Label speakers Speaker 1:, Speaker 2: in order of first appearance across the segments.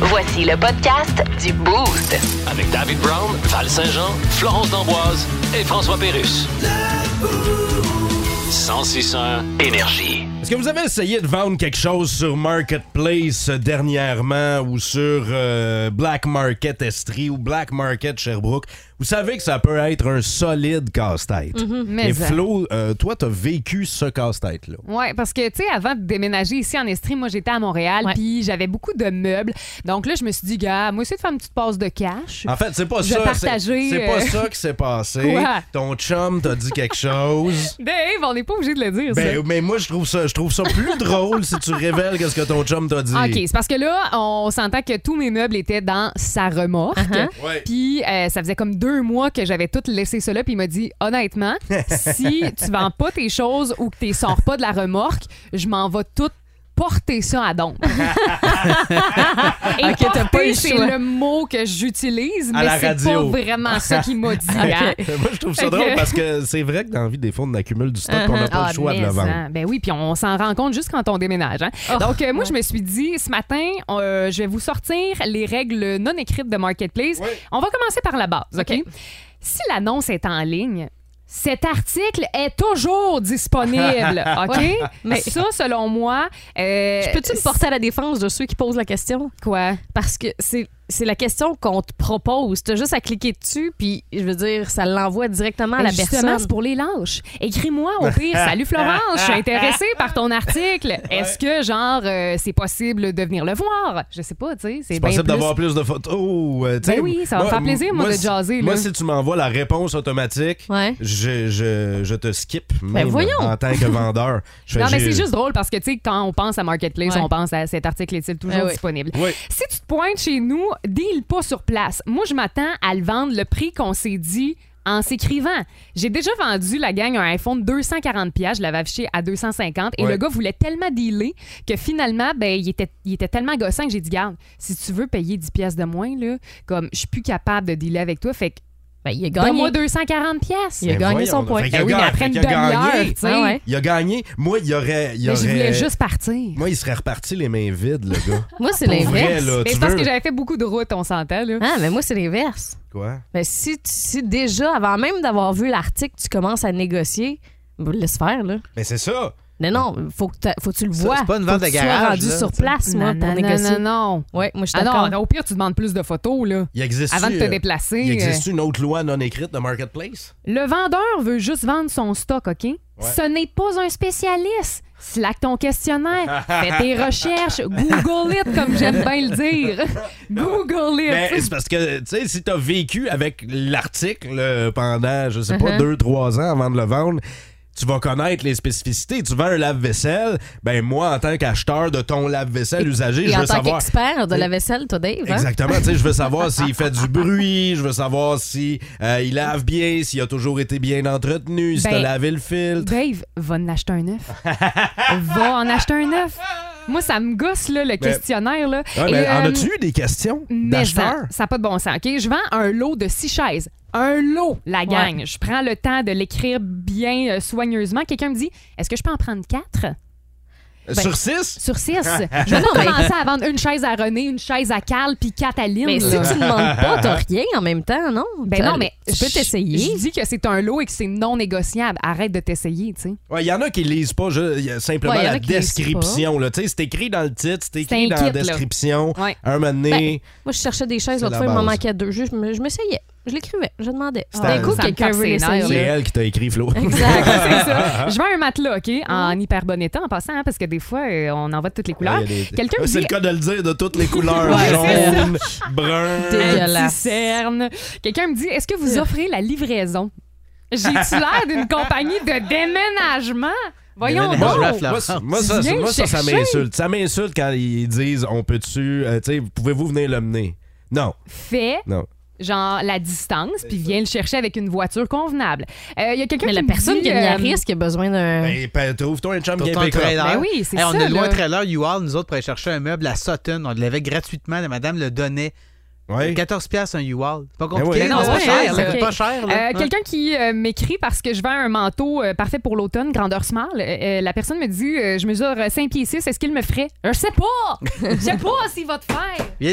Speaker 1: Voici le podcast du Boost.
Speaker 2: Avec David Brown, Val Saint-Jean, Florence D'Amboise et François Pérus. 1061 énergie.
Speaker 3: Est-ce que vous avez essayé de vendre quelque chose sur Marketplace euh, dernièrement ou sur euh, Black Market Estrie ou Black Market Sherbrooke? Vous savez que ça peut être un solide casse-tête.
Speaker 4: Mhm. mais
Speaker 3: Et
Speaker 4: ça.
Speaker 3: Flo, euh, toi, t'as vécu ce casse-tête-là.
Speaker 4: Oui, parce que, tu sais, avant de déménager ici en Estrie, moi, j'étais à Montréal,
Speaker 5: Ouais.
Speaker 4: puis j'avais beaucoup de meubles. Donc là, je me suis dit, gars, moi, essayer de faire une petite passe de cash.
Speaker 3: En fait, c'est pas
Speaker 4: Je
Speaker 3: ça.
Speaker 4: vais
Speaker 3: c'est-
Speaker 4: partager,
Speaker 3: C'est pas
Speaker 4: euh,
Speaker 3: ça qui s'est passé.
Speaker 4: Quoi?
Speaker 3: Ton chum t'a dit quelque chose.
Speaker 4: Dave, on n'est pas obligé de le dire, ça.
Speaker 3: Ben, mais moi, je trouve ça, je trouve ça plus drôle si tu révèles que ce que ton chum t'a dit.
Speaker 4: OK, c'est parce que là, on s'entend que tous mes meubles étaient dans sa remorque.
Speaker 3: Ouais.
Speaker 4: Puis euh, ça faisait comme deux mois que j'avais tout laissé cela. Puis il m'a dit honnêtement, si tu vends pas tes choses ou que tu sors pas de la remorque, je m'en vais tout porter ça à don. Et
Speaker 5: Ok, t'as pas eu
Speaker 4: porter,
Speaker 5: le
Speaker 4: c'est
Speaker 5: choix.
Speaker 4: le mot que j'utilise,
Speaker 3: À
Speaker 4: mais
Speaker 3: la
Speaker 4: c'est pas
Speaker 3: radio.
Speaker 4: vraiment ça qu'il m'a dit. hein.
Speaker 3: Moi, je trouve ça
Speaker 4: Fait que-
Speaker 3: drôle parce que c'est vrai que dans la vie, des fois, on accumule du stock qu'on n'a pas
Speaker 4: Ah,
Speaker 3: le choix de
Speaker 4: mais
Speaker 3: le vendre.
Speaker 4: ça. Ben oui, puis on s'en rend compte juste quand on déménage. hein. Donc, euh, moi, je me suis dit, ce matin, euh, je vais vous sortir les règles non écrites de Marketplace. On va commencer par la base, OK? Si l'annonce est en ligne, cet article est toujours disponible, OK? Mais ça, selon moi... euh, ben,
Speaker 5: Je Peux-tu me porter à la défense de ceux qui posent la question?
Speaker 4: Quoi?
Speaker 5: Parce que c'est c'est la question qu'on te propose. Tu as juste à cliquer dessus, puis je veux dire, ça l'envoie directement
Speaker 4: Ben,
Speaker 5: à la
Speaker 4: justement,
Speaker 5: personne.
Speaker 4: c'est pour les lâches. Écris-moi au pire. Salut Florence, je suis intéressée par ton article. Est-ce que, genre, euh, c'est possible de venir le voir? Je sais pas, tu sais.
Speaker 3: C'est
Speaker 4: C'est bien
Speaker 3: possible
Speaker 4: plus-
Speaker 3: d'avoir plus de photos. euh, tu sais,
Speaker 4: Ben oui, ça va me faire plaisir, moi, de
Speaker 3: si-
Speaker 4: jaser,
Speaker 3: Moi,
Speaker 4: là.
Speaker 3: si tu m'envoies la réponse automatique,
Speaker 5: Ouais.
Speaker 3: je, je- je te skip même
Speaker 5: voyons.
Speaker 3: en tant que vendeur. Je fais,
Speaker 4: Ben Non, mais
Speaker 3: j'ai-
Speaker 4: c'est juste drôle parce que, tu sais, quand on pense à Marketplace,
Speaker 5: Ouais.
Speaker 4: on pense à cet article est-il toujours
Speaker 5: Ah oui.
Speaker 4: disponible.
Speaker 3: Eh Oui.
Speaker 4: Si tu te pointes chez nous, deal pas sur place. Moi, je m'attends à le vendre le prix qu'on s'est dit en s'écrivant. J'ai déjà vendu la gang un iPhone 240 pièces, je l'avais affiché à 250 et
Speaker 3: Ouais.
Speaker 4: le gars voulait tellement dealer que finalement ben il était, il était tellement gossant que j'ai dit garde, si tu veux payer 10 pièces de moins là, comme je suis plus capable de dealer avec toi, fait que
Speaker 5: Ben, il a gagné.
Speaker 4: donne-moi 240 pièces.
Speaker 5: Il a
Speaker 3: Ben
Speaker 5: gagné
Speaker 3: voyons,
Speaker 5: son point.
Speaker 3: fait qu'il
Speaker 4: Ben
Speaker 3: a
Speaker 4: oui, mais
Speaker 3: gagné,
Speaker 4: après une
Speaker 3: fait qu'il a
Speaker 4: demi-heure,
Speaker 3: gagné.
Speaker 4: tu sais.
Speaker 5: Ah ouais.
Speaker 3: Il a gagné. Moi, il y aurait. il
Speaker 4: Mais je
Speaker 3: aurait-
Speaker 4: voulais juste partir.
Speaker 3: Moi, il serait reparti les mains vides, le gars.
Speaker 5: Moi, c'est
Speaker 3: Pour vrai,
Speaker 5: l'inverse.
Speaker 3: là.
Speaker 4: Mais
Speaker 3: Ah, tu
Speaker 4: c'est parce
Speaker 3: veux-
Speaker 4: que j'avais fait beaucoup de routes, on s'entend, là.
Speaker 5: Ah, mais moi, c'est l'inverse.
Speaker 3: Quoi?
Speaker 5: Ben, si, tu- si déjà, avant même d'avoir vu l'article, tu commences à négocier, ben, laisse faire, là.
Speaker 3: Mais c'est ça.
Speaker 5: Mais non, faut que, t'a- faut que tu le
Speaker 6: Ça,
Speaker 5: vois.
Speaker 6: c'est pas une
Speaker 5: Faut
Speaker 6: vente
Speaker 5: que
Speaker 6: de
Speaker 5: tu sois
Speaker 6: garage,
Speaker 5: rendu
Speaker 6: là,
Speaker 5: sur
Speaker 6: tu sais.
Speaker 5: place, moi, pour
Speaker 4: non,
Speaker 5: négocier.
Speaker 4: non.
Speaker 5: Ouais, moi, je suis
Speaker 4: Ah
Speaker 5: d'accord.
Speaker 4: non, au pire, tu demandes plus de photos, là.
Speaker 3: Il existe.
Speaker 4: Avant de te
Speaker 3: euh,
Speaker 4: déplacer.
Speaker 3: Il
Speaker 4: euh,
Speaker 3: existe une autre loi non écrite de Marketplace?
Speaker 4: Le vendeur veut juste vendre son stock, OK? Ce n'est pas un spécialiste. Slack ton questionnaire. Fais tes recherches. Google it, comme j'aime bien le dire. Google it.
Speaker 3: Ben, c'est parce que, tu sais, si t'as vécu avec l'article euh, pendant, je sais pas, deux, trois ans avant de le vendre, tu vas connaître les spécificités. Tu vends un lave-vaisselle, ben moi, en tant qu'acheteur de ton lave-vaisselle usagé,
Speaker 5: Et
Speaker 3: je
Speaker 5: en
Speaker 3: veux
Speaker 5: tant
Speaker 3: savoir...
Speaker 5: qu'expert de la vaisselle, toi, Dave, hein?
Speaker 3: Exactement, tu sais, je veux savoir s'il fait du bruit, je veux savoir si euh, il lave bien, s'il a toujours été bien entretenu, si
Speaker 4: Ben,
Speaker 3: t'as lavé le filtre.
Speaker 4: Dave, va en acheter un neuf. va en acheter un neuf. Moi, ça me gosse, là, le questionnaire. Là.
Speaker 3: Ouais,
Speaker 4: Et,
Speaker 3: mais en
Speaker 4: euh,
Speaker 3: as-tu eu des questions
Speaker 4: Mais
Speaker 3: d'acheteurs?
Speaker 4: en, ça n'a pas de bon sens. OK? Je vends un lot de six chaises. Un lot, la gang. Je prends le temps de l'écrire bien euh, soigneusement. Quelqu'un me dit Est-ce que je peux en prendre quatre
Speaker 3: Sur six?
Speaker 4: sur six Je vais pas commencer à vendre une chaise à René, une chaise à Carl, puis quatre à Lynn.
Speaker 5: Mais si tu
Speaker 4: là.
Speaker 5: ne demandes pas, t'as rien en même temps, non?
Speaker 4: Ben non, mais
Speaker 5: Tu peux
Speaker 4: je-
Speaker 5: t'essayer.
Speaker 4: Je dis que c'est un lot et que c'est non négociable. Arrête de t'essayer, tu sais.
Speaker 3: Ouais, il y en a qui lisent pas je- y a simplement
Speaker 5: Ouais, y en a
Speaker 3: la
Speaker 5: qui lisent
Speaker 3: description. là. Tu sais, C'est écrit dans le titre, c'est écrit
Speaker 4: un
Speaker 3: dans la
Speaker 4: kit, là.
Speaker 3: description.
Speaker 4: Ouais.
Speaker 3: Un moment donné,
Speaker 5: Moi, je cherchais des
Speaker 3: C'est
Speaker 5: chaises l'autre
Speaker 3: la
Speaker 5: fois, il m'en
Speaker 3: base.
Speaker 5: manquait deux. Je, je me- je m'essayais. Je l'écrivais. Je demandais.
Speaker 3: C'est
Speaker 5: D'un
Speaker 3: un-
Speaker 5: coup,
Speaker 4: Ça me
Speaker 5: quelqu'un
Speaker 4: tape
Speaker 5: veut
Speaker 4: ses nerfs,
Speaker 3: c'est
Speaker 5: l'essayer.
Speaker 3: elle qui t'a écrit, Flo.
Speaker 5: Exact.
Speaker 4: c'est ça. Je vends un matelas, OK, en hyper bon état en passant, hein, parce que des fois, euh, on en voit de toutes les couleurs.
Speaker 3: Ouais, il y a des-
Speaker 4: Quelqu'un me
Speaker 3: C'est
Speaker 4: dit
Speaker 3: le cas de le dire de toutes les couleurs.
Speaker 5: Ouais, c'est
Speaker 3: jaune, brun.
Speaker 4: un petit
Speaker 5: Dégueulasse. Euh.
Speaker 4: cerne. Euh, Quelqu'un me dit est-ce que vous offrez la livraison J'ai-tu l'air d'une compagnie de déménagement Voyons
Speaker 3: Moi,
Speaker 4: donc.
Speaker 3: moi, moi, ça, moi, ça,
Speaker 4: viens le
Speaker 3: ça, ça
Speaker 4: chercher.
Speaker 3: m'insulte. Ça m'insulte quand ils disent on peut-tu, euh, tu sais, pouvez-vous venir l'emmener? Non,
Speaker 4: Fais
Speaker 3: non.
Speaker 4: genre la distance, puis viens le chercher avec une voiture convenable. Euh, Il y a quelqu'un
Speaker 5: Mais
Speaker 4: qui
Speaker 5: la
Speaker 4: me
Speaker 5: personne
Speaker 4: dit,
Speaker 5: qui a mis à
Speaker 4: euh,
Speaker 5: risque a besoin d'un.
Speaker 3: Ben, ben, trouve-toi un chum qui est
Speaker 6: Pourtant, un
Speaker 3: pick-up.
Speaker 6: trailer.
Speaker 4: Ben oui, c'est
Speaker 6: Hey, On
Speaker 4: ça,
Speaker 6: a loué
Speaker 4: là.
Speaker 6: un trailer UR, nous autres, pour aller chercher un meuble à Sutton. On l'avait gratuitement. La madame le donnait.
Speaker 3: Ouais.
Speaker 6: 14 piastres un UR. C'est Pas
Speaker 3: ouais.
Speaker 6: compliqué.
Speaker 4: Non,
Speaker 6: là, Ben c'est pas
Speaker 4: ouais,
Speaker 6: cher.
Speaker 4: ouais, ok.
Speaker 6: là, c'est pas cher.
Speaker 4: Euh,
Speaker 6: là. Ouais.
Speaker 4: Quelqu'un qui euh, m'écrit parce que je vends un manteau euh, parfait pour l'automne, grandeur small. Euh, euh, la personne me dit euh, Je mesure euh, 5 pieds 6, est-ce qu'il me ferait Je sais pas Je sais pas s'il va te faire
Speaker 6: Viens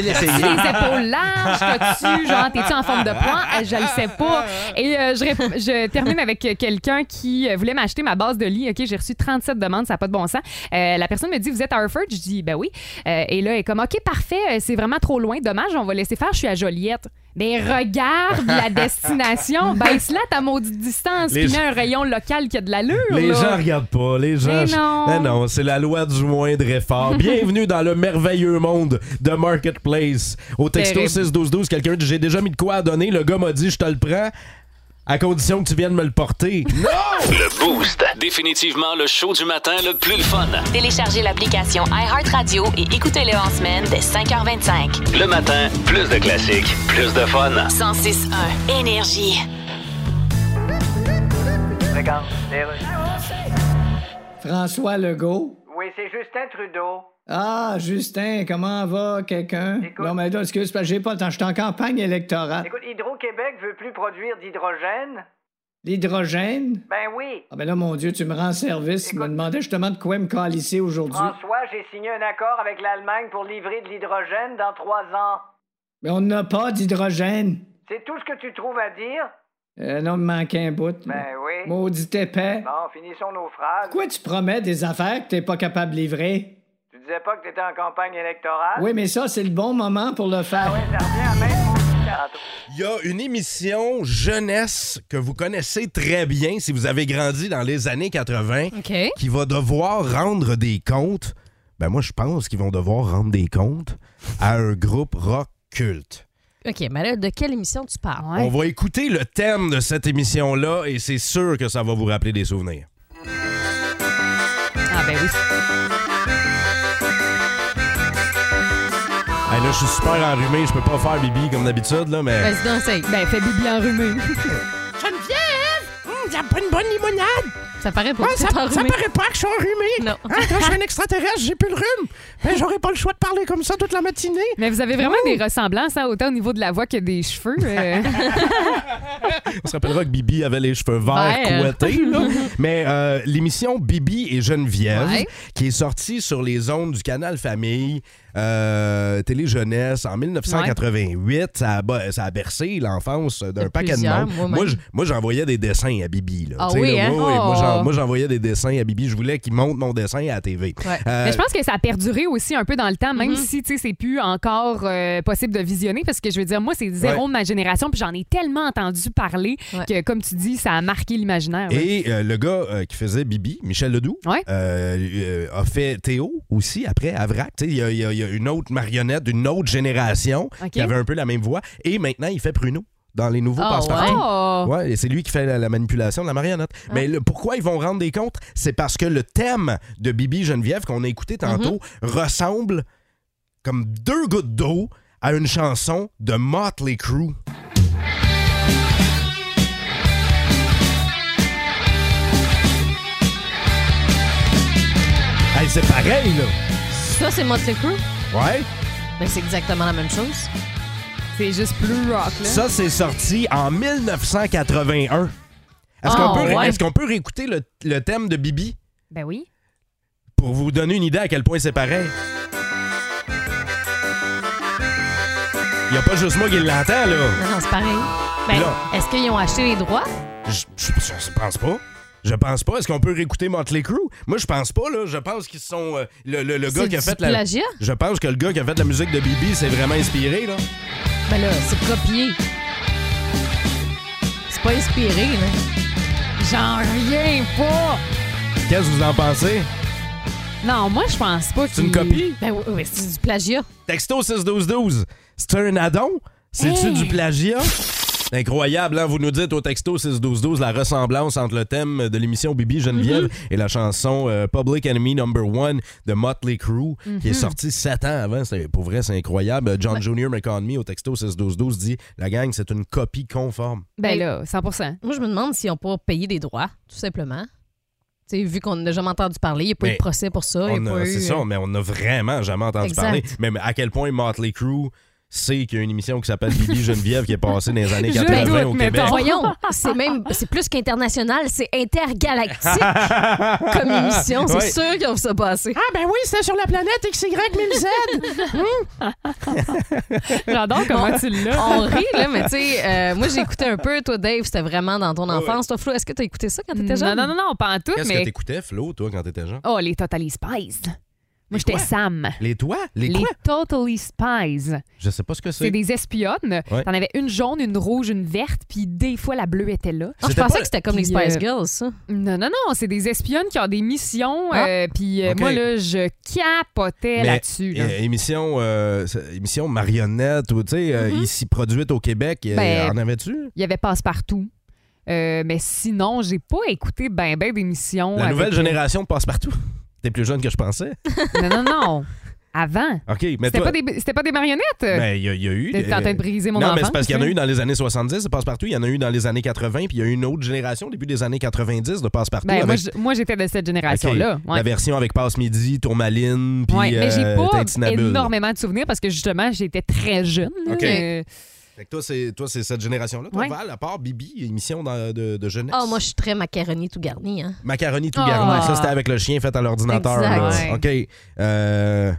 Speaker 4: T'as-tu
Speaker 6: l'essayer.
Speaker 4: les épaules larges, t'as-tu, genre, t'es-tu en forme de poing? Euh, Je le sais pas. Et euh, je, rép- je termine avec euh, quelqu'un qui euh, voulait m'acheter ma base de lit. OK, j'ai reçu 37 demandes, ça n'a pas de bon sens. Euh, la personne me dit, vous êtes à Harford? Je dis, ben oui. Euh, et là, elle est comme, OK, parfait, euh, c'est vraiment trop loin. Dommage, on va laisser faire, je suis à Joliette. Ben regarde la destination, Ben, baisse-la ta maudite distance,
Speaker 3: Les
Speaker 4: puis
Speaker 3: gens-
Speaker 4: mets un rayon local qui a de l'allure.
Speaker 3: Les
Speaker 4: là.
Speaker 3: gens regardent pas, les gens.
Speaker 4: Mais non.
Speaker 3: Mais non, c'est la loi du moindre effort. Bienvenue dans le merveilleux monde de Marketplace. Au texto
Speaker 4: Terrible.
Speaker 3: 61212, quelqu'un dit J'ai déjà mis de quoi à donner, le gars m'a dit Je te le prends, à condition que tu viennes me le porter.
Speaker 2: Le Boost. Définitivement le show du matin le plus le fun.
Speaker 1: Téléchargez l'application iHeartRadio et écoutez-le en semaine dès 5h25.
Speaker 2: Le matin, plus de classiques, plus de fun.
Speaker 1: 106.1 Énergie.
Speaker 7: François Legault.
Speaker 8: Oui, c'est Justin Trudeau.
Speaker 7: Ah, Justin, comment va quelqu'un?
Speaker 8: Écoute.
Speaker 7: Non, mais là, excuse, parce que j'ai pas le temps. Je suis en campagne électorale.
Speaker 8: Écoute, Hydro-Québec veut plus produire d'hydrogène.
Speaker 7: L'hydrogène?
Speaker 8: Ben oui.
Speaker 7: Ah ben là, mon Dieu, tu me rends service. Tu me
Speaker 8: Écoute.
Speaker 7: demandais justement de quoi me calisser aujourd'hui.
Speaker 8: François, j'ai signé un accord avec l'Allemagne pour livrer de l'hydrogène dans trois ans.
Speaker 7: Mais on n'a pas d'hydrogène.
Speaker 8: C'est tout ce que tu trouves à dire?
Speaker 7: Euh, non, il me manquait un bout. là.
Speaker 8: Ben oui.
Speaker 7: Maudit épais.
Speaker 8: Bon, finissons nos phrases.
Speaker 7: Pourquoi tu promets des affaires que t'es pas capable de livrer?
Speaker 8: Tu disais pas que t'étais en campagne électorale?
Speaker 7: Oui, mais ça, c'est le bon moment pour le faire.
Speaker 8: Ça revient à même mon théâtre.
Speaker 3: Il y a une émission jeunesse que vous connaissez très bien si vous avez grandi dans les années 80
Speaker 5: OK.
Speaker 3: qui va devoir rendre des comptes. Ben moi, je pense qu'ils vont devoir rendre des comptes à un groupe rock culte.
Speaker 5: OK, mais là, de quelle émission tu parles?
Speaker 4: Ouais.
Speaker 3: On va écouter le thème de cette émission-là et c'est sûr que ça va vous rappeler des souvenirs.
Speaker 4: Ah, ben oui.
Speaker 3: Hey, là, je suis super enrhumé, je peux pas faire bibi comme d'habitude, là, mais.
Speaker 5: Vas-y, donc, essaye.
Speaker 4: Ben, fais bibi Hum, enrhumé.
Speaker 5: Ça paraît pas. ça, paraît pas que je suis enrhumé. Non.
Speaker 4: Hein? Mais vous avez vraiment des ressemblances, hein, autant au niveau de la voix que des cheveux. euh.
Speaker 3: On se rappellera que Bibi avait les cheveux verts
Speaker 5: Vert.
Speaker 3: couettés. là. Mais euh, l'émission Bibi et Geneviève,
Speaker 4: Ouais.
Speaker 3: qui est sortie sur les ondes du canal Famille, euh, Télé Jeunesse, en 1988, ça, a, ba- ça a bercé l'enfance d'un
Speaker 5: De
Speaker 3: paquet de
Speaker 5: plusieurs,
Speaker 3: monde.
Speaker 5: moi-même.
Speaker 3: je- moi, j'envoyais des dessins à Bibi. là.
Speaker 5: Ah
Speaker 3: Tu sais,
Speaker 5: oui,
Speaker 3: là,
Speaker 5: hein?
Speaker 3: moi, j'en-
Speaker 5: Oh.
Speaker 3: moi, j'envoyais des dessins à Bibi. Je voulais qu'il monte mon dessin à la TV.
Speaker 5: Ouais.
Speaker 3: Euh, Mhm.
Speaker 4: Mais je pense que ça a perduré aussi un peu dans le temps, même si tu sais, c'est plus encore euh, possible de visionner, parce que je veux dire, moi, c'est zéro
Speaker 3: Ouais.
Speaker 4: de ma génération, puis j'en ai tellement entendu parler
Speaker 5: Ouais.
Speaker 4: que, comme tu dis, ça a marqué l'imaginaire. là.
Speaker 3: Et euh, le gars euh, qui faisait Bibi, Michel Ledoux,
Speaker 4: Ouais.
Speaker 3: euh, euh, a fait Théo aussi après Avrac. Tu sais, Il y, a- il y a- il y a une autre marionnette d'une autre génération
Speaker 4: OK.
Speaker 3: qui avait un peu la même voix. Et maintenant, il fait Pruneau dans les nouveaux
Speaker 5: Ah, Ah.
Speaker 3: passe-partout.
Speaker 4: Oh!
Speaker 3: Ouais, et c'est lui qui fait la, la manipulation de la marionnette. Mais le- pourquoi ils vont rendre des comptes? C'est parce que le thème de Bibi Geneviève qu'on a
Speaker 5: Mhm.
Speaker 3: écouté tantôt ressemble comme deux gouttes d'eau à une chanson de Motley Crue. Hey, c'est pareil, là.
Speaker 5: Ça, c'est Motley Crue.
Speaker 3: Ouais.
Speaker 5: Ben, c'est exactement la même chose.
Speaker 4: C'est juste plus rock, là.
Speaker 3: Ça, c'est sorti en 1981. Est-ce qu'on
Speaker 5: Ah,
Speaker 3: peut,
Speaker 5: ouais.
Speaker 3: est-ce qu'on peut réécouter le, le thème de Bibi?
Speaker 4: Ben oui.
Speaker 3: pour vous donner une idée à quel point c'est pareil. Il a pas juste moi qui l'entends, là.
Speaker 5: Non, non, c'est pareil. Ben,
Speaker 3: Là.
Speaker 5: est-ce qu'ils ont acheté les droits?
Speaker 3: Je, je, je pense pas. Je pense pas. Est-ce qu'on peut réécouter Motley Crue? Moi, je pense pas, là. Je pense qu'ils sont. euh, le, le- le gars
Speaker 5: C'est
Speaker 3: qui a
Speaker 5: du
Speaker 3: fait la.
Speaker 5: plagiat?
Speaker 3: Je pense que le gars qui a fait la musique de Bibi s'est vraiment inspiré, là.
Speaker 5: Ben là, c'est copié. C'est pas inspiré, là.
Speaker 4: J'en reviens pas!
Speaker 3: Qu'est-ce que vous en pensez?
Speaker 4: Non, moi, je pense pas que.
Speaker 3: C'est une copie?
Speaker 5: Ben oui, oui, c'est du plagiat.
Speaker 3: Texto 61212. C'est un addon? C'est-tu
Speaker 4: Hey.
Speaker 3: du plagiat? Incroyable, hein? Vous nous dites au texto 61212 la ressemblance entre le thème de l'émission Bibi Geneviève et la chanson euh, Public Enemy Number One de Motley Crue, qui est sortie sept ans avant. C'est, pour vrai, c'est incroyable. Euh, John Junior McCon Me au texto 61212 dit La gang, c'est une copie conforme.
Speaker 4: Ben là, 100
Speaker 5: Moi, je me demande s'ils n'ont pas payé des droits, tout simplement. Tu sais, vu qu'on n'a jamais entendu parler, il n'y a pas eu
Speaker 3: Mais
Speaker 5: de procès pour ça. il y a
Speaker 3: On a-
Speaker 5: pas eu- euh,
Speaker 3: c'est ça, mais on n'a vraiment jamais entendu
Speaker 5: Exact.
Speaker 3: parler. Mais à quel point Motley Crue sait qu'il y a une émission qui s'appelle Bibi Geneviève qui est passée dans les années
Speaker 4: Je
Speaker 3: 80 au
Speaker 4: doute,
Speaker 3: Québec.
Speaker 4: mettons.
Speaker 5: Voyons, c'est même c'est plus qu'international, c'est intergalactique comme émission. C'est
Speaker 3: Ouais.
Speaker 5: sûr qu'ils ont vu ça passer.
Speaker 4: Ah, ben J'adore comment tu l'as.
Speaker 5: On rit, là, mais tu sais, euh, moi, j'ai écouté un peu. Toi, Dave, c'était vraiment dans ton enfance. Toi, Flo, est-ce que tu as écouté ça quand tu étais
Speaker 4: Non,
Speaker 5: jeune? Ah,
Speaker 4: non, non, non, pas en tout,
Speaker 3: Qu'est-ce que
Speaker 4: mais.
Speaker 3: t'écoutais, Flo, toi, quand t'étais jeune?
Speaker 4: Oh, les Totally Spies. Moi, j'étais
Speaker 3: quoi?
Speaker 4: Sam.
Speaker 3: Les toits? Les,
Speaker 4: Les
Speaker 3: quoi?
Speaker 4: Totally Spies.
Speaker 3: Je sais pas ce que c'est.
Speaker 4: C'est des espionnes.
Speaker 3: Ouais.
Speaker 4: T'en avais une jaune, une rouge, une verte, puis des fois la bleue était là.
Speaker 5: Ah, je
Speaker 3: C'était
Speaker 5: pensais
Speaker 3: pas-
Speaker 5: que c'était comme les
Speaker 4: Puis, euh,
Speaker 5: Spice Girls, ça.
Speaker 4: Non, non, non, c'est des espionnes qui ont des missions.
Speaker 5: Ah.
Speaker 4: euh, puis euh,
Speaker 3: OK.
Speaker 4: moi, là, je capotais
Speaker 3: Mais,
Speaker 4: là-dessus. là.
Speaker 3: euh, émission, euh, c'est- émission marionnette, ou tu sais, euh, ici produite au Québec, euh,
Speaker 4: Mm-hmm. Ben,
Speaker 3: en avais-tu?
Speaker 4: Il y avait Passe-Partout. Euh, mais sinon, j'ai pas écouté ben ben d'émissions.
Speaker 3: La
Speaker 4: avec-
Speaker 3: nouvelle génération de passe-partout. T'es plus jeune que je pensais.
Speaker 4: Non, non, non. Avant.
Speaker 3: OK, mais
Speaker 4: C'était
Speaker 3: toi.
Speaker 4: pas, des... c'était pas des marionnettes.
Speaker 3: Ben, il y, a- il y a eu. euh,
Speaker 4: T'es en train de briser mon
Speaker 3: non, mais
Speaker 4: enfance, hein?
Speaker 3: c'est parce qu'il y en a
Speaker 4: là.
Speaker 3: eu dans les années 70 de passe-partout, il y en a eu dans les années 80, puis il y a eu une autre génération, début des années 90 de passe-partout.
Speaker 4: Ben, moi,
Speaker 3: avec-
Speaker 4: je- moi, j'étais de cette
Speaker 3: OK,
Speaker 4: génération-là. Ouais.
Speaker 3: La version avec passe-midi, tourmaline, puis
Speaker 4: Ouais, mais j'ai
Speaker 3: euh,
Speaker 4: pas
Speaker 3: Tintinabule.
Speaker 4: énormément de souvenirs parce que justement, j'étais très jeune. là.
Speaker 3: OK.
Speaker 4: Euh,
Speaker 3: Fait que toi, c'est toi, c'est cette génération-là. Toi,
Speaker 4: Ouais.
Speaker 3: Val, à part Bibi, émission dans- de, de jeunesse.
Speaker 5: Ah, moi, je suis très macaroni tout garni. Hein.
Speaker 3: Macaroni tout
Speaker 4: Ah.
Speaker 3: garni. Ça, c'était avec le chien fait à l'ordinateur. là.
Speaker 4: Exact.
Speaker 3: OK. Euh,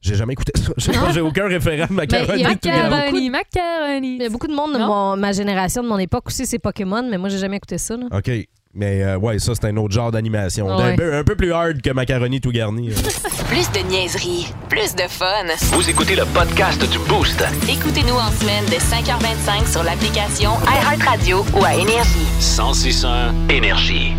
Speaker 3: J'ai jamais écouté ça. Je sais pas, J'ai aucun référent de
Speaker 5: il
Speaker 3: macaroni
Speaker 5: y a
Speaker 3: tout garni.
Speaker 4: Macaroni, macaroni.
Speaker 5: Il y a beaucoup de monde de
Speaker 4: Non?
Speaker 5: mon- ma génération, de mon époque aussi, c'est Pokémon, mais moi, j'ai jamais écouté ça. là.
Speaker 3: OK. Mais euh, ouais, ça, c'est un autre genre d'animation.
Speaker 4: Ah
Speaker 3: Un,
Speaker 5: Ouais.
Speaker 3: peu, un peu plus hard que macaroni tout garni.
Speaker 1: Plus de niaiserie, plus de fun.
Speaker 2: Vous écoutez le podcast du Boost.
Speaker 1: Écoutez-nous en semaine de 5h25 sur l'application iHeartRadio ou à Énergie.
Speaker 2: 1061 Énergie.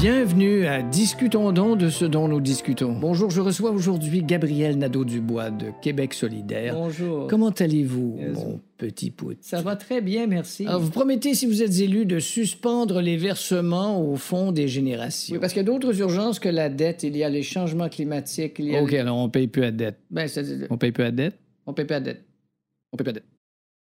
Speaker 7: Bienvenue à Discutons donc de ce dont nous discutons. Bonjour, je reçois aujourd'hui Gabriel Nadeau-Dubois de Québec solidaire. Bonjour. Comment allez-vous, mon petit pote? Ça va très bien, merci. vous promettez, si vous êtes élu, de suspendre les versements au fond des générations. parce qu'il y a d'autres urgences que la dette. Il y a les changements climatiques. OK, alors on paye plus la dette. Ben, on paye plus la dette? On paye plus la dette. On paye plus la dette.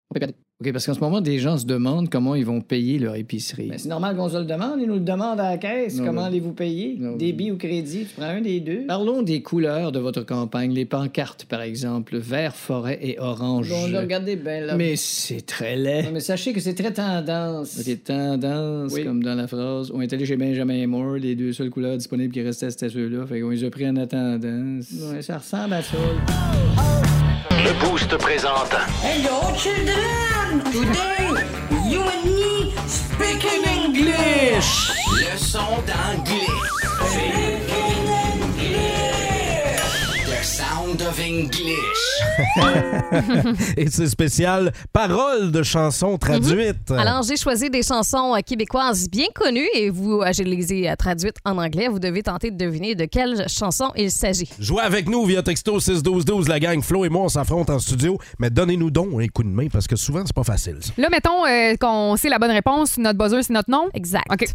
Speaker 7: On paye plus la dette. OK, parce qu'en ce moment, des gens se demandent comment ils vont payer leur épicerie. Ben, c'est normal qu'on se le demande. Ils nous le demandent à la caisse. comment allez-vous payer? Débit ou crédit? Tu prends un des deux? Parlons des couleurs de votre campagne. Les pancartes, par exemple. Vert, forêt et orange. regardez bien, là. Mais c'est très laid. mais sachez que c'est très tendance. OK, tendance, comme dans la phrase. On est allé chez Benjamin et Moore. Les deux seules couleurs disponibles qui restaient, c'était ceux-là. Fait qu'on les a pris en attendant. ça ressemble à ça.
Speaker 2: Le Boost présente
Speaker 9: Hello, children! Today, you and me speaking English! Leçon d'anglais. Speaking English! The sound of English.
Speaker 3: Et c'est spécial paroles de chansons traduites.
Speaker 5: Alors, j'ai choisi des chansons euh, québécoises bien connues et vous, euh, je les ai euh, traduites en anglais. Vous devez tenter de deviner de quelle chanson il s'agit.
Speaker 3: Jouez avec nous via texto 61212, la gang Flo et moi, on s'affronte en studio, mais donnez-nous donc un coup de main parce que souvent c'est pas facile. ça.
Speaker 4: Là, mettons euh, qu'on sait la bonne réponse, notre buzzer, c'est notre nom.
Speaker 5: Exact.
Speaker 4: OK.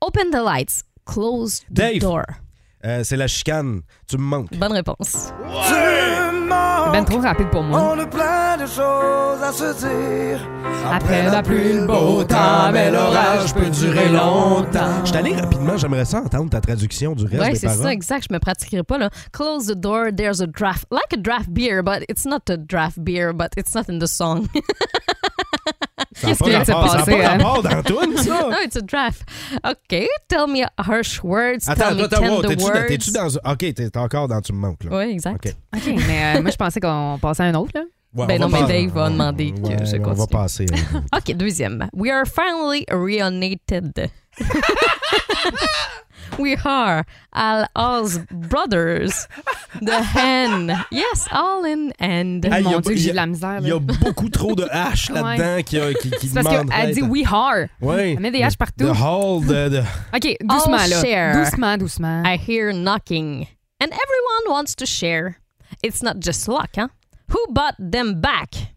Speaker 5: Open the lights, close the
Speaker 3: Dave.
Speaker 5: door.
Speaker 3: Euh, c'est la chicane, tu me manques.
Speaker 5: Bonne réponse.
Speaker 4: Ben trop rapide pour moi.
Speaker 9: On a plein de choses à se dire.
Speaker 4: Après la pluie, le
Speaker 3: beau temps, mais
Speaker 9: l'orage peut durer longtemps.
Speaker 3: Je t'allais rapidement, j'aimerais ça entendre ta traduction du reste
Speaker 5: Ouais,
Speaker 3: des
Speaker 5: c'est
Speaker 3: paroles.
Speaker 5: ça, exact. Je me pratiquerai pas là. Close the door, there's a draft, like a draft beer, but it's not a draft beer, but it's not in the song.
Speaker 3: Ça a
Speaker 4: Qu'est-ce
Speaker 3: pas
Speaker 4: qui vient de se
Speaker 3: rapport- Ça a
Speaker 4: passer,
Speaker 3: pas
Speaker 4: hein?
Speaker 3: rapport dans tout, ça.
Speaker 5: no, it's a draft. OK, tell me harsh words, tell
Speaker 3: Attends,
Speaker 5: me
Speaker 3: toi, t'as- wow,
Speaker 5: tender
Speaker 3: t'es-tu dans- t'es-tu
Speaker 5: words.
Speaker 3: dans... OK, t'es t'es encore dans tu me manques, là.
Speaker 5: Oui, exact.
Speaker 3: OK.
Speaker 4: OK, mais euh, moi, je pensais qu'on passait à un autre, là.
Speaker 3: Ouais,
Speaker 5: Ben
Speaker 3: on
Speaker 5: non, mais
Speaker 3: passer.
Speaker 5: Dave va demander que
Speaker 3: Ouais,
Speaker 5: je
Speaker 3: On va
Speaker 5: continue.
Speaker 3: passer. hein.
Speaker 5: OK, deuxième. We are finally reunited. We are all us brothers. The hen. Yes, all in and.
Speaker 3: Hey, y
Speaker 4: Mon
Speaker 3: a-
Speaker 4: Dieu, que
Speaker 3: y a-
Speaker 4: j'ai de la misère,
Speaker 3: Il y a
Speaker 4: là.
Speaker 3: beaucoup trop de haches là-dedans qui, euh, qui, qui
Speaker 4: C'est parce
Speaker 3: demandent
Speaker 4: qu'elle
Speaker 3: l'aide.
Speaker 4: dit we are.
Speaker 3: Ouais.
Speaker 4: Elle met des haches partout.
Speaker 3: The hall de- de-
Speaker 4: OK, doucement,
Speaker 5: All
Speaker 4: là.
Speaker 5: share.
Speaker 4: Doucement, doucement.
Speaker 5: I hear knocking. And everyone wants to share. It's not just luck, hein? Who bought them back?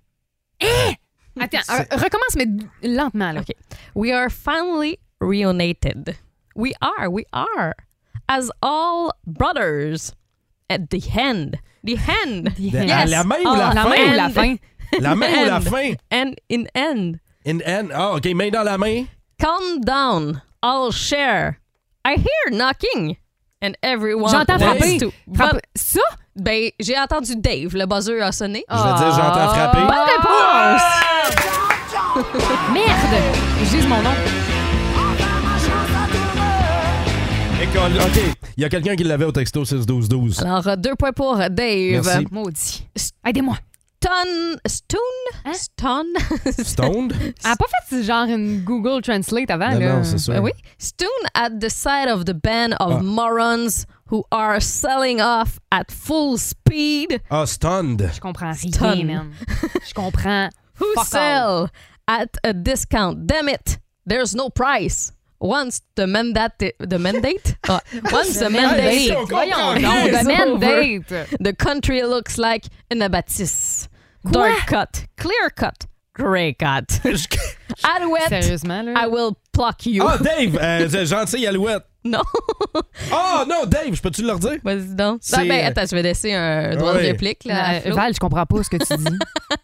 Speaker 4: Attends, re- recommence, mais lentement. Là.
Speaker 5: OK. We are finally reunited. We are, we are. As all brothers. At the end. The end.
Speaker 4: The
Speaker 3: À
Speaker 4: end.
Speaker 5: Yes.
Speaker 3: la main ou
Speaker 5: Oh,
Speaker 3: la,
Speaker 4: La
Speaker 3: fin?
Speaker 4: main ou la fin?
Speaker 3: La main ou la
Speaker 5: End.
Speaker 3: fin?
Speaker 5: And in end.
Speaker 3: In end. Ah, OK, main dans la main.
Speaker 5: Calm down. I'll share. I hear knocking. And everyone
Speaker 4: J'entends
Speaker 5: wants
Speaker 4: frapper.
Speaker 5: to-
Speaker 4: Frappe- Ça?
Speaker 5: Ben, j'ai entendu Dave. Le buzzer a sonné.
Speaker 4: Oh.
Speaker 3: Je veux dire, j'entends
Speaker 5: Ah.
Speaker 3: frapper.
Speaker 4: Bonne réponse! Merde! Je dis mon nom.
Speaker 3: École. OK, il y a quelqu'un qui l'avait au texto 6-12-12.
Speaker 5: Alors, euh, deux points pour Dave.
Speaker 3: Merci.
Speaker 4: Maudit. Aidez-moi.
Speaker 5: Stone. Stone?
Speaker 4: Hein?
Speaker 5: Stone?
Speaker 3: Stoned?
Speaker 5: Ah.
Speaker 4: Elle a pas fait genre une Google Translate avant,
Speaker 3: Non,
Speaker 4: là.
Speaker 3: non, c'est sûr.
Speaker 5: Ben oui. Stone at the side of the band of morons who are selling off at full speed.
Speaker 3: Ah, stunned.
Speaker 4: Je comprends rien,
Speaker 5: Stun.
Speaker 4: man. Je comprends.
Speaker 5: Who
Speaker 4: Fuck
Speaker 5: sell at a discount. Damn it. There's no price. Once the mandate. The mandate? Ah, once the mandate.
Speaker 4: Voyons
Speaker 5: It's
Speaker 4: donc, domaine
Speaker 5: over.
Speaker 4: date.
Speaker 5: The country looks like an abattis. Dark cut, clear cut, gray cut. Alouette,
Speaker 4: Sérieusement, là?
Speaker 5: I will pluck you.
Speaker 4: Oh.
Speaker 3: Ah, Dave, euh, c'est gentil alouette.
Speaker 5: Non,
Speaker 3: Ah, non, Dave, je peux-tu le redire?
Speaker 5: vas-y donc.
Speaker 3: C'est-
Speaker 5: Ah, ben, attends, je vais laisser un droit
Speaker 3: Ouais.
Speaker 5: de réplique. Là, à
Speaker 4: Euh,
Speaker 5: Flo.
Speaker 4: Val, je comprends pas ce que tu dis.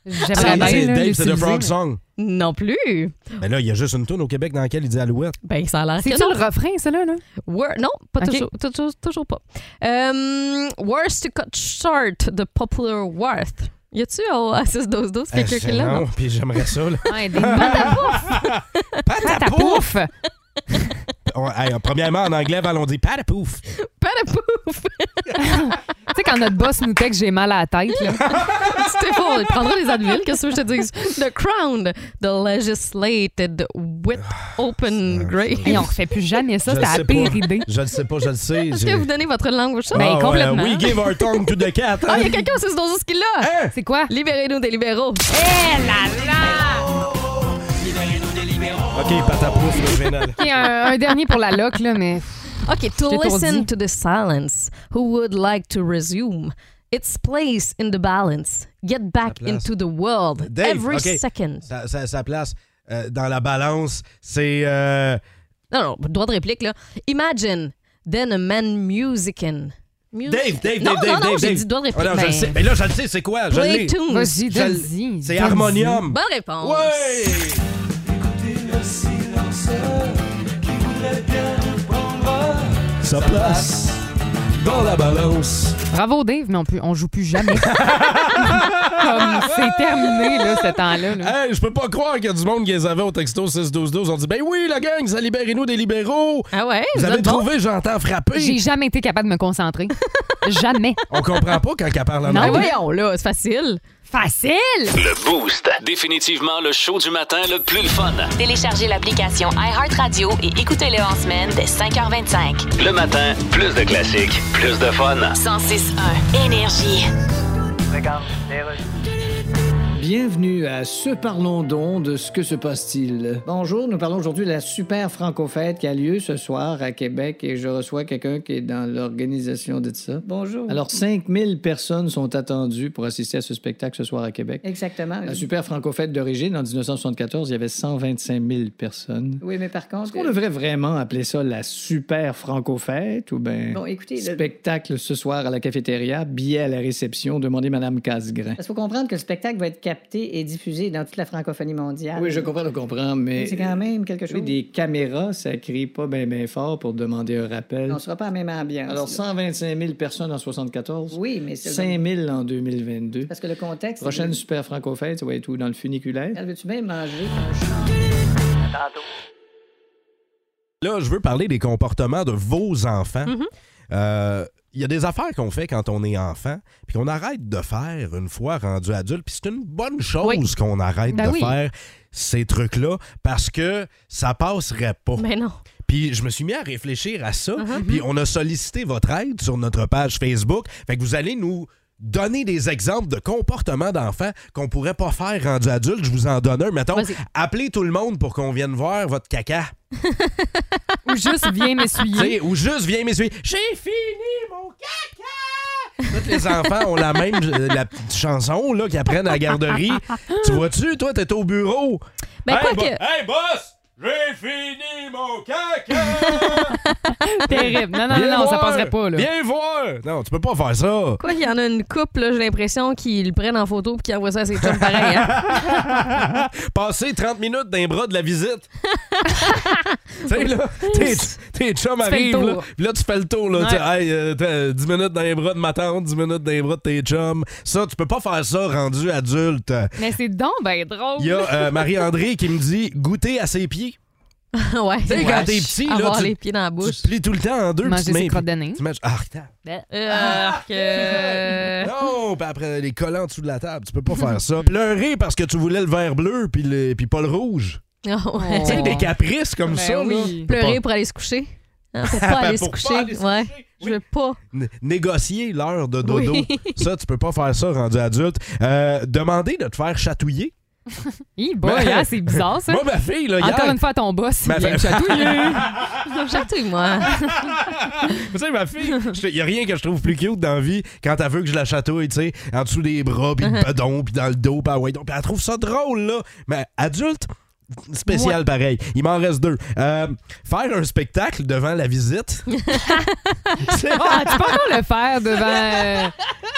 Speaker 3: C'est-
Speaker 5: Ah,
Speaker 4: J'aimerais
Speaker 5: ben,
Speaker 4: bien.
Speaker 3: Ah, c'est
Speaker 4: là,
Speaker 3: Dave, c'est The
Speaker 4: l'utiliser,
Speaker 3: Frog
Speaker 4: mais-
Speaker 3: Song.
Speaker 5: Non plus.
Speaker 3: Mais là, il y a juste une tune au Québec dans laquelle il dit alouette.
Speaker 5: Ben, ça a l'air que
Speaker 4: C'est-tu
Speaker 5: non.
Speaker 4: le refrain, ça, là? là?
Speaker 5: Wor- non, pas
Speaker 4: Ok.
Speaker 5: toujours, toujours, toujours pas. Euh, worst to cut short the popular worth. Y a-tu au 6-12-12 quelqu'un qui
Speaker 3: Euh,
Speaker 5: l'a?
Speaker 3: non,
Speaker 5: non?
Speaker 3: puis j'aimerais ça. Là.
Speaker 4: Ouais, des patapouf!
Speaker 3: Patapouf!
Speaker 4: Patapouf!
Speaker 3: On- hey, premièrement, en anglais, Val, on dit patapouf.
Speaker 5: Pas de pouf!
Speaker 4: Tu sais, quand notre boss nous texte, j'ai mal à la tête, là.
Speaker 5: C'était faux. Il prendra les advilles. Qu'est-ce que je te dis? The crown, the legislated with open grave.
Speaker 4: Hey, on refait plus jamais ça,
Speaker 3: Je
Speaker 4: c'était
Speaker 3: le sais
Speaker 4: la pire
Speaker 3: pas.
Speaker 4: idée.
Speaker 3: Je le sais pas, je le sais.
Speaker 5: Est-ce
Speaker 3: j'ai-
Speaker 5: que vous donnez votre langue au chat?
Speaker 3: Ah, ouais,
Speaker 4: complètement.
Speaker 3: we give our tongue to the cat.
Speaker 5: Ah, il y a quelqu'un c'est dans ce qu'il a.
Speaker 3: Hein?
Speaker 4: C'est quoi?
Speaker 5: Libérez-nous des libéraux.
Speaker 3: OK, patapouf, le vénal.
Speaker 4: Ok, un, un dernier pour la loc, là, mais.
Speaker 5: OK, to
Speaker 4: t'étourdis.
Speaker 5: listen to the silence, who would like to resume its place in the balance, get back
Speaker 3: place.
Speaker 5: into the world
Speaker 3: Dave,
Speaker 5: every
Speaker 3: OK.
Speaker 5: second.
Speaker 3: Sa, sa- sa place euh, dans la balance, c'est... euh,
Speaker 5: Non, non, droit de réplique, là. Imagine, then a man musicin. Mus-
Speaker 3: Dave, Dave, Dave,
Speaker 5: non,
Speaker 3: Dave,
Speaker 5: non, non,
Speaker 3: Dave,
Speaker 5: j'ai
Speaker 3: Dave.
Speaker 5: dit droit de réplique.
Speaker 3: Ah non, je le
Speaker 5: mais-
Speaker 3: sais. Mais là, je le sais, c'est quoi? Je l'ai.
Speaker 5: Play tunes.
Speaker 4: Vas-y,
Speaker 3: Je l-
Speaker 4: donne-y.
Speaker 3: C'est
Speaker 4: donne-y.
Speaker 3: harmonium.
Speaker 5: Bonne réponse.
Speaker 3: Ouais! Sa place dans la balance.
Speaker 4: Bravo, Dave, mais on, peut, on joue plus jamais. Comme c'est terminé, là, ce temps-là. là.
Speaker 3: Hey, je peux pas croire qu'il y a du monde qui les avait au texto 6-12-12. On dit, ben oui, la gang, ça libérez-nous des libéraux.
Speaker 5: Ah ouais?
Speaker 3: Vous
Speaker 5: êtes
Speaker 3: avez
Speaker 5: bons?
Speaker 3: trouvé, j'entends
Speaker 4: J'ai
Speaker 3: frapper.
Speaker 4: jamais été capable de me concentrer. jamais.
Speaker 3: On comprend pas quand elle parle en
Speaker 4: Non,
Speaker 5: Ben
Speaker 3: anglais.
Speaker 5: voyons, là, c'est facile.
Speaker 4: Facile!
Speaker 2: Le Boost. Définitivement le show du matin le plus le fun.
Speaker 1: Téléchargez l'application iHeartRadio et écoutez-le en semaine dès 5h25.
Speaker 2: Le matin, plus de classiques, plus de fun.
Speaker 1: 106.1 Énergie.
Speaker 7: Bienvenue à Ce Parlons donc de ce que se passe-t-il. Bonjour, nous parlons aujourd'hui de la super franco-fête qui a lieu ce soir à Québec et je reçois quelqu'un qui est dans l'organisation de ça. Bonjour. Alors, 5000 personnes sont attendues pour assister à ce spectacle ce soir à Québec.
Speaker 10: Exactement.
Speaker 7: La super franco-fête d'origine, en 1974, il y avait 125 000 personnes.
Speaker 10: Oui, mais par contre.
Speaker 7: Est-ce qu'on devrait vraiment appeler ça la super franco-fête ou bien...
Speaker 10: Bon, écoutez, le-
Speaker 7: Spectacle ce soir à la cafétéria, billet à la réception, demandez Madame Casgrain.
Speaker 10: parce qu'il faut comprendre que le spectacle va être capté et diffusé dans toute la francophonie mondiale.
Speaker 7: Oui, je comprends, je comprends, mais...
Speaker 10: C'est quand même quelque
Speaker 7: Oui,
Speaker 10: chose.
Speaker 7: des caméras, ça crie pas bien bien fort pour demander un rappel.
Speaker 10: On ne sera pas à la même ambiance.
Speaker 7: Alors,
Speaker 10: là.
Speaker 7: 125 000 personnes en 74,
Speaker 10: Oui, mais c'est.
Speaker 7: 5 000 en 2022.
Speaker 10: Parce que le contexte.
Speaker 7: Prochaine super franco-fête, ça va être où? Dans le funiculaire?
Speaker 10: Elle veut-tu bien manger un chat?
Speaker 3: Là, je veux parler des comportements de vos enfants.
Speaker 4: Mhm.
Speaker 3: Euh, Il y a des affaires qu'on fait quand on est enfant, puis qu'on arrête de faire une fois rendu adulte. Puis c'est une bonne chose
Speaker 4: Oui.
Speaker 3: qu'on arrête de
Speaker 4: Ben oui.
Speaker 3: faire ces trucs-là parce que ça passerait pas.
Speaker 5: Mais Ben, non.
Speaker 3: Puis je me suis mis à réfléchir à ça.
Speaker 4: Mhm.
Speaker 3: Puis on a sollicité votre aide sur notre page Facebook. Fait que vous allez nous donner des exemples de comportements d'enfants qu'on pourrait pas faire rendu adulte. Je vous en donne un. Mettons,
Speaker 5: Vas-y.
Speaker 3: appelez tout le monde pour qu'on vienne voir votre caca.
Speaker 4: Ou juste viens
Speaker 3: Tu
Speaker 4: m'essuyer.
Speaker 3: sais, ou juste viens m'essuyer. J'ai fini mon caca! Tous les enfants ont la même euh, la petite chanson là, qu'ils apprennent à la garderie. tu vois-tu, toi, t'es au bureau.
Speaker 9: Ben,
Speaker 3: hey,
Speaker 9: quoi
Speaker 3: bo-
Speaker 9: que-
Speaker 3: hey, boss! J'ai fini mon caca!
Speaker 4: Terrible. Ah Non, non,
Speaker 3: Viens
Speaker 4: non, ça
Speaker 3: voir!
Speaker 4: passerait pas. Là.
Speaker 3: Viens voir! Non, tu peux pas faire ça.
Speaker 5: Quoi qu'il y en a une couple, là, j'ai l'impression qu'ils le prennent en photo puis qu'ils envoient ça à ses chums pareil. hein.
Speaker 3: Passer 30 minutes d'un bras de la visite. tu sais, là, tes, tes chums
Speaker 9: Tu fais le
Speaker 3: arrivent, là,
Speaker 9: tour.
Speaker 3: puis là, tu fais le tour, là,
Speaker 9: Ouais.
Speaker 3: tu sais, Hey, euh, t'as 10 minutes dans les bras de ma tante, 10 minutes dans les bras de tes chums. Ça, tu peux pas faire ça rendu adulte.
Speaker 4: Mais c'est donc ben drôle.
Speaker 3: Il y a euh, Marie-André qui me dit goûter à ses pieds.
Speaker 5: ouais.
Speaker 3: Tu sais, quand t'es petit, là,
Speaker 5: Avoir
Speaker 3: tu-
Speaker 5: les pieds dans la
Speaker 3: Tu
Speaker 5: bouche.
Speaker 3: te plies tout le temps en deux. puis
Speaker 4: Manger
Speaker 3: tu te
Speaker 4: ses
Speaker 3: mets-
Speaker 4: crottes de nez.
Speaker 3: Tu mets- Ah, attends. Ah!
Speaker 5: Euh, que-
Speaker 3: Non, puis après, les collants en dessous de la table, tu peux pas faire ça. Pleurer parce que tu voulais le vert bleu puis, le- puis pas le rouge.
Speaker 5: Ah ouais.
Speaker 3: Tu sais, des caprices comme
Speaker 5: Ben
Speaker 3: ça.
Speaker 5: oui.
Speaker 3: là.
Speaker 5: Pleurer
Speaker 3: Pas- Ben,
Speaker 5: pour aller se coucher. Hein, pour pas aller se
Speaker 3: Pour pas
Speaker 5: coucher.
Speaker 3: aller se
Speaker 5: ouais. Je veux pas.
Speaker 3: Né- négocier l'heure de dodo.
Speaker 5: Oui.
Speaker 3: ça, tu peux pas faire ça rendu adulte. Euh, demander de te faire chatouiller.
Speaker 4: Hi, boy,
Speaker 3: Mais-
Speaker 4: hein, c'est bizarre ça.
Speaker 3: Ben, Moi, ma fille, là, Euh, hier- Ben,
Speaker 4: Encore une fois, ton boss, il
Speaker 3: Ma
Speaker 4: vient me
Speaker 3: fille-
Speaker 4: chatouiller.
Speaker 5: Chatouille-moi.
Speaker 3: Tu sais, ma fille, il n'y a rien que je trouve plus cute dans la vie quand elle veut que je la chatouille, tu sais, en dessous des bras, puis
Speaker 4: Uh-huh.
Speaker 3: le bedon, puis dans le dos, puis ah ouais, donc, puis elle trouve ça drôle, là. Mais adulte, spécial
Speaker 9: Ouais.
Speaker 3: pareil. Il m'en reste deux. Euh, faire un spectacle devant la visite.
Speaker 4: Ah, tu peux encore le faire devant, euh,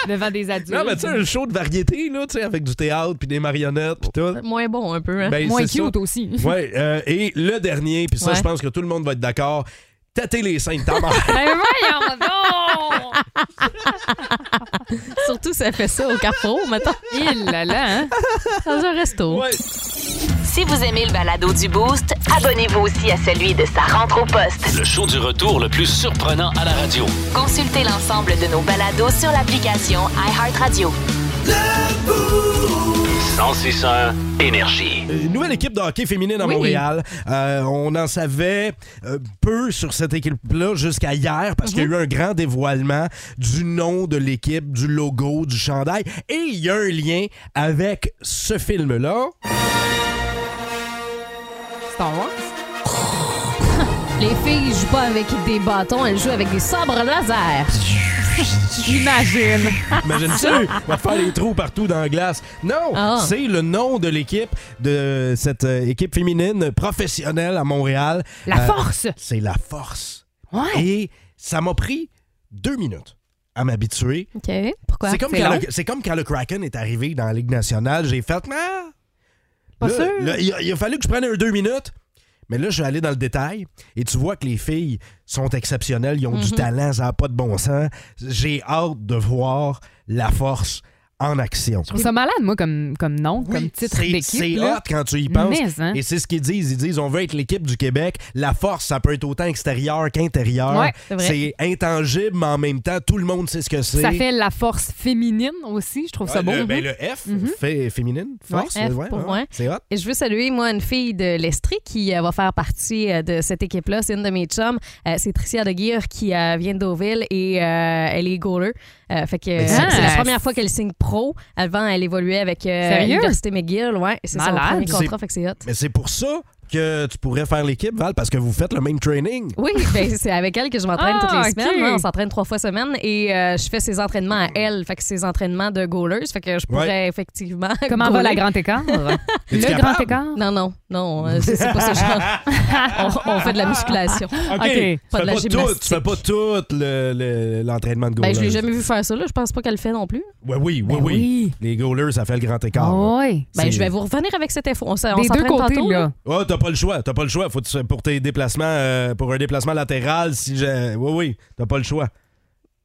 Speaker 4: devant des adultes.
Speaker 3: Non, mais tu sais, un show de variété, là, tu sais, avec du théâtre, puis des marionnettes, puis tout.
Speaker 5: Moins bon un peu. Hein.
Speaker 3: Ben,
Speaker 4: Moins
Speaker 3: c'est ça.
Speaker 4: cute aussi.
Speaker 3: Ouais, euh, et le dernier, puis ça,
Speaker 5: Ouais.
Speaker 3: je pense que tout le monde va être d'accord, tâter les seins de ta mère.
Speaker 4: Ben voyons donc!
Speaker 5: Surtout ça fait ça au carrefour, mettons.
Speaker 4: Il là là, hein?
Speaker 5: Dans un resto.
Speaker 1: Si vous aimez le balado du Boost, abonnez-vous aussi à celui de sa rentre au poste.
Speaker 2: Le show du retour le plus surprenant à la radio.
Speaker 1: Consultez l'ensemble de nos balados sur l'application iHeartRadio.
Speaker 2: 1061 Énergie.
Speaker 3: Euh, Nouvelle équipe de hockey féminine à
Speaker 2: Oui.
Speaker 3: Montréal. Euh, on en savait euh, peu sur cette équipe-là jusqu'à hier parce qu'il y a eu un grand dévoilement du nom de l'équipe, du logo, du chandail. Et il y a un lien avec ce film-là.
Speaker 4: Star Wars?
Speaker 5: Les filles jouent pas avec des bâtons, elles jouent avec des sabres laser.
Speaker 4: J'imagine.
Speaker 3: Imagine-tu, on va te faire des trous partout dans la glace. Non,
Speaker 5: Ah.
Speaker 3: c'est le nom de l'équipe, de cette euh, équipe féminine professionnelle à Montréal. Euh,
Speaker 4: La force.
Speaker 3: C'est la force. Et ça m'a pris deux minutes à m'habituer.
Speaker 5: OK. Pourquoi?
Speaker 3: C'est comme,
Speaker 5: C'est
Speaker 3: quand
Speaker 5: long?
Speaker 3: le, c'est comme quand le Kraken est arrivé dans la Ligue nationale, j'ai fait. Ah!
Speaker 4: Pas
Speaker 3: Là,
Speaker 4: sûr.
Speaker 3: là, il, a, il a fallu que je prenne un deux minutes. Mais là, je suis allé dans le détail et tu vois que les filles sont exceptionnelles, ils ont du
Speaker 9: Mhm.
Speaker 3: talent, ça n'a pas de bon sens. J'ai hâte de voir la force en action.
Speaker 4: Je trouve ça malade, moi, comme, comme nom, comme titre
Speaker 3: C'est
Speaker 4: d'équipe.
Speaker 3: c'est
Speaker 4: là.
Speaker 3: hot quand tu y penses.
Speaker 4: Mais, hein.
Speaker 3: Et c'est ce qu'ils disent. Ils disent on veut être l'équipe du Québec. La force, ça peut être autant extérieure qu'intérieure.
Speaker 4: Ouais, c'est vrai.
Speaker 3: c'est intangible, mais en même temps, tout le monde sait ce que c'est.
Speaker 4: Ça fait la force féminine aussi, je trouve ça
Speaker 3: Ouais,
Speaker 4: beau.
Speaker 3: le,
Speaker 4: hein.
Speaker 3: ben, le F,
Speaker 4: Mhm.
Speaker 3: fait féminine, force.
Speaker 5: Ouais, F
Speaker 3: ouais,
Speaker 5: pour
Speaker 3: ouais,
Speaker 5: moi.
Speaker 3: C'est hot.
Speaker 5: Et je veux saluer, moi, une fille de l'Estrie qui euh, va faire partie euh, de cette équipe-là. C'est une de mes chums. Euh, c'est Tricia Deguire qui euh, vient de Deauville et euh, elle est goaler. Euh, fait que euh,
Speaker 4: Mais c'est-
Speaker 5: c'est la
Speaker 4: Ah,
Speaker 5: première fois qu'elle signe pro. Avant, elle évoluait avec euh,
Speaker 4: Sérieux?
Speaker 5: l'Université McGill. Ouais, c'est son
Speaker 4: Malade.
Speaker 5: premier contrat,
Speaker 3: C'est-
Speaker 5: fait que c'est hot.
Speaker 3: Mais c'est pour ça que tu pourrais faire l'équipe, Val, parce que vous faites le même training.
Speaker 5: Oui, ben, c'est avec elle que je m'entraîne
Speaker 4: Ah,
Speaker 5: toutes les semaines.
Speaker 4: ok.
Speaker 5: hein. on s'entraîne trois fois semaine et euh, je fais ses entraînements à elle. Fait que ses entraînements de goalers. Fait que je pourrais
Speaker 4: Ouais.
Speaker 5: effectivement.
Speaker 4: Comment va
Speaker 5: gauler.
Speaker 4: la grande écart?
Speaker 5: Es-tu
Speaker 4: le
Speaker 5: capable?
Speaker 4: grand écart?
Speaker 5: Non, non, non, euh, c'est c'est pas ce genre. On, on fait de la musculation.
Speaker 3: Tu
Speaker 5: Pas de
Speaker 3: fais
Speaker 5: la
Speaker 3: pas tout, tu
Speaker 5: gymnastique.
Speaker 3: fais pas tout le- le- l'entraînement de goalers.
Speaker 5: Ben, je l'ai jamais vu faire ça, là. Je pense pas qu'elle le fait non plus.
Speaker 3: Ouais, oui, oui,
Speaker 4: Ben
Speaker 3: oui, Les goalers, ça fait le grand écart.
Speaker 4: oui.
Speaker 5: Ben,
Speaker 3: C'est-
Speaker 5: je vais vous revenir avec cette info. On s'en- on
Speaker 4: Des deux
Speaker 5: s'entraîne
Speaker 4: côtés,
Speaker 5: tantôt.
Speaker 4: là.
Speaker 3: Oh, t'as pas le choix, t'as pas le choix. Faut que tu- pour tes déplacements, euh, pour un déplacement latéral, si j'ai, oui, oui, t'as pas le choix.